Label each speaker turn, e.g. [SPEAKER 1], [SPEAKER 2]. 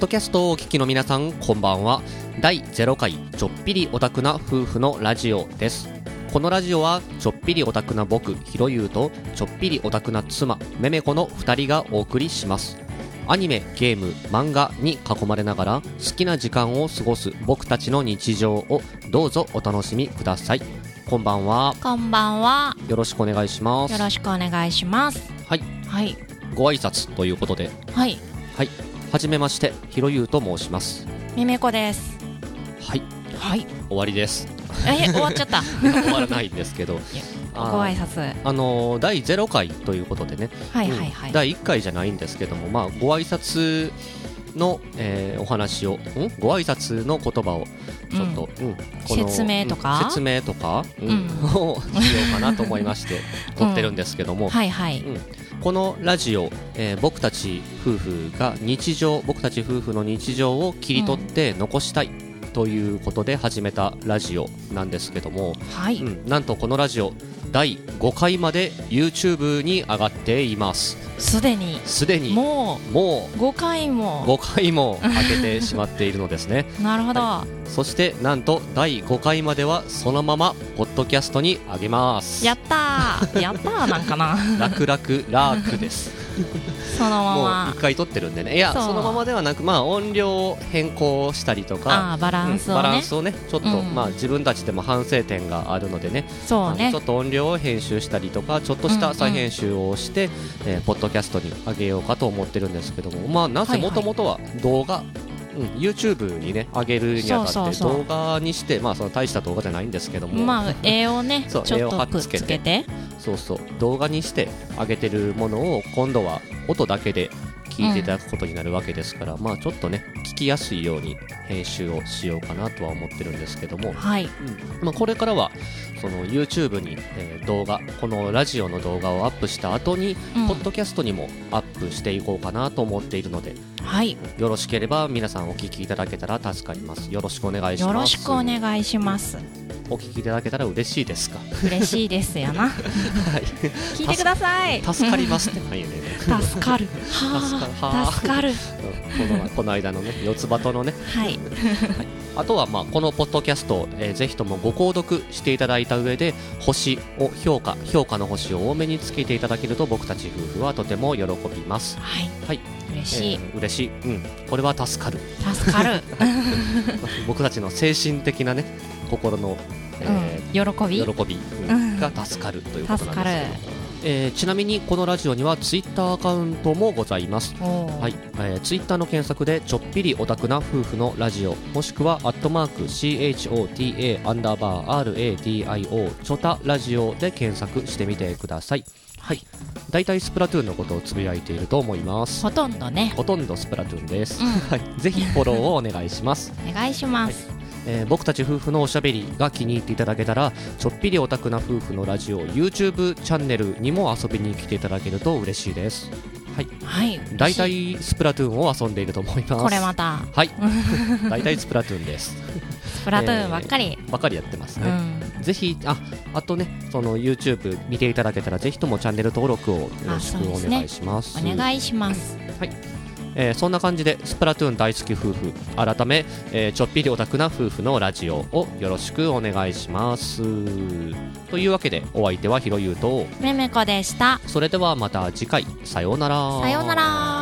[SPEAKER 1] ドキャストをお聞きの皆さんこんばんは第0回ちょっぴりオタクな夫婦のラジオですこのラジオはちょっぴりオタクな僕ひろゆうとちょっぴりオタクな妻めめこの2人がお送りしますアニメゲーム漫画に囲まれながら好きな時間を過ごす僕たちの日常をどうぞお楽しみくださいこんばんは
[SPEAKER 2] こんばんは。
[SPEAKER 1] よろしくお願いします
[SPEAKER 2] よろしくお願いします。
[SPEAKER 1] はい
[SPEAKER 2] はい。
[SPEAKER 1] ご挨拶ということで
[SPEAKER 2] はい。
[SPEAKER 1] はいはじめましてひろゆうと申します
[SPEAKER 2] めめこです。
[SPEAKER 1] はい
[SPEAKER 2] はい。
[SPEAKER 1] 終わりです
[SPEAKER 2] え、終わっちゃった。
[SPEAKER 1] 終わらないんですけど
[SPEAKER 2] や
[SPEAKER 1] あー
[SPEAKER 2] ご挨拶。はい
[SPEAKER 1] あのー第0回ということでね、
[SPEAKER 2] はい
[SPEAKER 1] うん
[SPEAKER 2] はい。
[SPEAKER 1] 第1回じゃないんですけども、まあ、ご挨拶の、えーお話をんご挨拶の言葉をちょっと、うんこの
[SPEAKER 2] 説明とか
[SPEAKER 1] うん説明とか、うん
[SPEAKER 2] うん
[SPEAKER 1] をしようかなと思いまして 撮ってるんですけども、
[SPEAKER 2] はいはい。
[SPEAKER 1] このラジオ、えー僕たち夫婦が日常僕たち夫婦の日常を切り取って残したいということで始めたラジオなんですけども、
[SPEAKER 2] は
[SPEAKER 1] う
[SPEAKER 2] い。
[SPEAKER 1] ん、なんとこのラジオ第5回まで YouTube に上がっています
[SPEAKER 2] すでに、
[SPEAKER 1] すでにも
[SPEAKER 2] も
[SPEAKER 1] う
[SPEAKER 2] う、5回も。
[SPEAKER 1] 5回も開けてしまっているのです ね
[SPEAKER 2] なるほど。
[SPEAKER 1] そしてなんと第5回まではそのままポッドキャストに上げます
[SPEAKER 2] やった ー。やったーなんかな。
[SPEAKER 1] 楽々ラークです
[SPEAKER 2] そのま
[SPEAKER 1] もう
[SPEAKER 2] ま
[SPEAKER 1] 1。回撮ってるんでねいや
[SPEAKER 2] そう
[SPEAKER 1] そのままではなくまあ音量を変更したりとか
[SPEAKER 2] ああー、バランス
[SPEAKER 1] うんバ
[SPEAKER 2] を
[SPEAKER 1] ラ
[SPEAKER 2] ね
[SPEAKER 1] ン。スをねちょっと、
[SPEAKER 2] うん
[SPEAKER 1] まあ自分たちでも反省点があるのでね
[SPEAKER 2] そう
[SPEAKER 1] あの
[SPEAKER 2] ね
[SPEAKER 1] ちょ。っと音量を編集したりとかちょっとし
[SPEAKER 2] うん
[SPEAKER 1] た
[SPEAKER 2] うん
[SPEAKER 1] 再編集をして、えーポッドキャストに上げようかと思ってるんですけども、まあ、な
[SPEAKER 2] は
[SPEAKER 1] ぜ
[SPEAKER 2] い
[SPEAKER 1] も
[SPEAKER 2] はい
[SPEAKER 1] ともとは動画、うん、YouTube にね上げるにあ
[SPEAKER 2] そ
[SPEAKER 1] たっ
[SPEAKER 2] う
[SPEAKER 1] て
[SPEAKER 2] そうそ
[SPEAKER 1] 動
[SPEAKER 2] う
[SPEAKER 1] 画にしてまあその大した動画じゃないんですけども、
[SPEAKER 2] まあ、絵をね、ち
[SPEAKER 1] そ
[SPEAKER 2] ょ
[SPEAKER 1] う
[SPEAKER 2] っ
[SPEAKER 1] 絵を貼
[SPEAKER 2] と
[SPEAKER 1] っ
[SPEAKER 2] く
[SPEAKER 1] つ
[SPEAKER 2] っ
[SPEAKER 1] けて
[SPEAKER 2] つけて。
[SPEAKER 1] そうそう動画にして上げてるものを今度は音だけで聞いていただくことになるわけですから、まあちょっとね聞きやすいように編集をしようかなとは思ってるんですけども、
[SPEAKER 2] はい。
[SPEAKER 1] まあ、これからはその YouTube に、えー動画このラジオの動画をアップした後に、
[SPEAKER 2] うん
[SPEAKER 1] ポッドキャストにもアップしていこうかなと思っているので
[SPEAKER 2] はい。
[SPEAKER 1] よろしければ皆さんお聞きいただけたら助かりますよろしくお願いします
[SPEAKER 2] よろしくお願いします。
[SPEAKER 1] お聞きいただけたら嬉しいですか
[SPEAKER 2] 嬉しいですや な。
[SPEAKER 1] はい
[SPEAKER 2] 聞いてください。
[SPEAKER 1] 助かりますってなんや ねん
[SPEAKER 2] 助かる。
[SPEAKER 1] 助かる
[SPEAKER 2] は
[SPEAKER 1] は
[SPEAKER 2] あ。助かる。
[SPEAKER 1] このこの間のね四つ葉とのね
[SPEAKER 2] はい。
[SPEAKER 1] あとはまあこのポッドキャストを、えーぜひともご購読していただいた上で星を評価評価の星を多めにつけていただけると僕たち夫婦はとても喜びます。
[SPEAKER 2] はい。
[SPEAKER 1] はい、
[SPEAKER 2] 嬉しい
[SPEAKER 1] え。ー嬉しい、うん、これは助 かる
[SPEAKER 2] 助かる。
[SPEAKER 1] 僕たちの精神的なね心の、え
[SPEAKER 2] うん。喜
[SPEAKER 1] ー
[SPEAKER 2] び。
[SPEAKER 1] 喜び、うん
[SPEAKER 2] うん
[SPEAKER 1] が助かるということなん
[SPEAKER 2] 助かる
[SPEAKER 1] ですけど、えーちなみにこのラジオにはツイッターアカウントもございます。
[SPEAKER 2] おー
[SPEAKER 1] はい、えー、ツイッターの検索でちょっぴりオタクな夫婦のラジオもしくはアットマーク CHOTA アンダーバー RADIO チョタラジオで検索してみてくださいはい大体スプラトゥーンのことをつぶやいていると思います
[SPEAKER 2] ほとんどね。
[SPEAKER 1] ほとんどスプラトゥーンです、
[SPEAKER 2] うん
[SPEAKER 1] はい、ぜひフォローをお願いします、
[SPEAKER 2] お願いします。
[SPEAKER 1] えー僕たち夫婦のおしゃべりが気に入っていただけたらちょっぴりオタクな夫婦のラジオ YouTube チャンネルにも遊びに来ていただけると嬉しいですはい
[SPEAKER 2] はい。
[SPEAKER 1] 大。体スプラトゥーンを遊んでいると思います
[SPEAKER 2] これまた。
[SPEAKER 1] はい 大体スプラトゥーンです
[SPEAKER 2] スプラトゥーンばっかり。
[SPEAKER 1] ばかりやってます
[SPEAKER 2] う
[SPEAKER 1] ね、
[SPEAKER 2] ん。
[SPEAKER 1] ぜひああとねその YouTube 見ていただけたらぜひともチャンネル登録をよろしく
[SPEAKER 2] あそうで
[SPEAKER 1] お
[SPEAKER 2] すね
[SPEAKER 1] 願いします
[SPEAKER 2] お願いします。
[SPEAKER 1] えーそんな感じでスプラトゥーン大好き夫婦改め、えーちょっぴりオタクな夫婦のラジオをよろしくお願いしますというわけでお相手はひろゆうと
[SPEAKER 2] めめこでした。
[SPEAKER 1] それではまた次回さようなら
[SPEAKER 2] さようなら。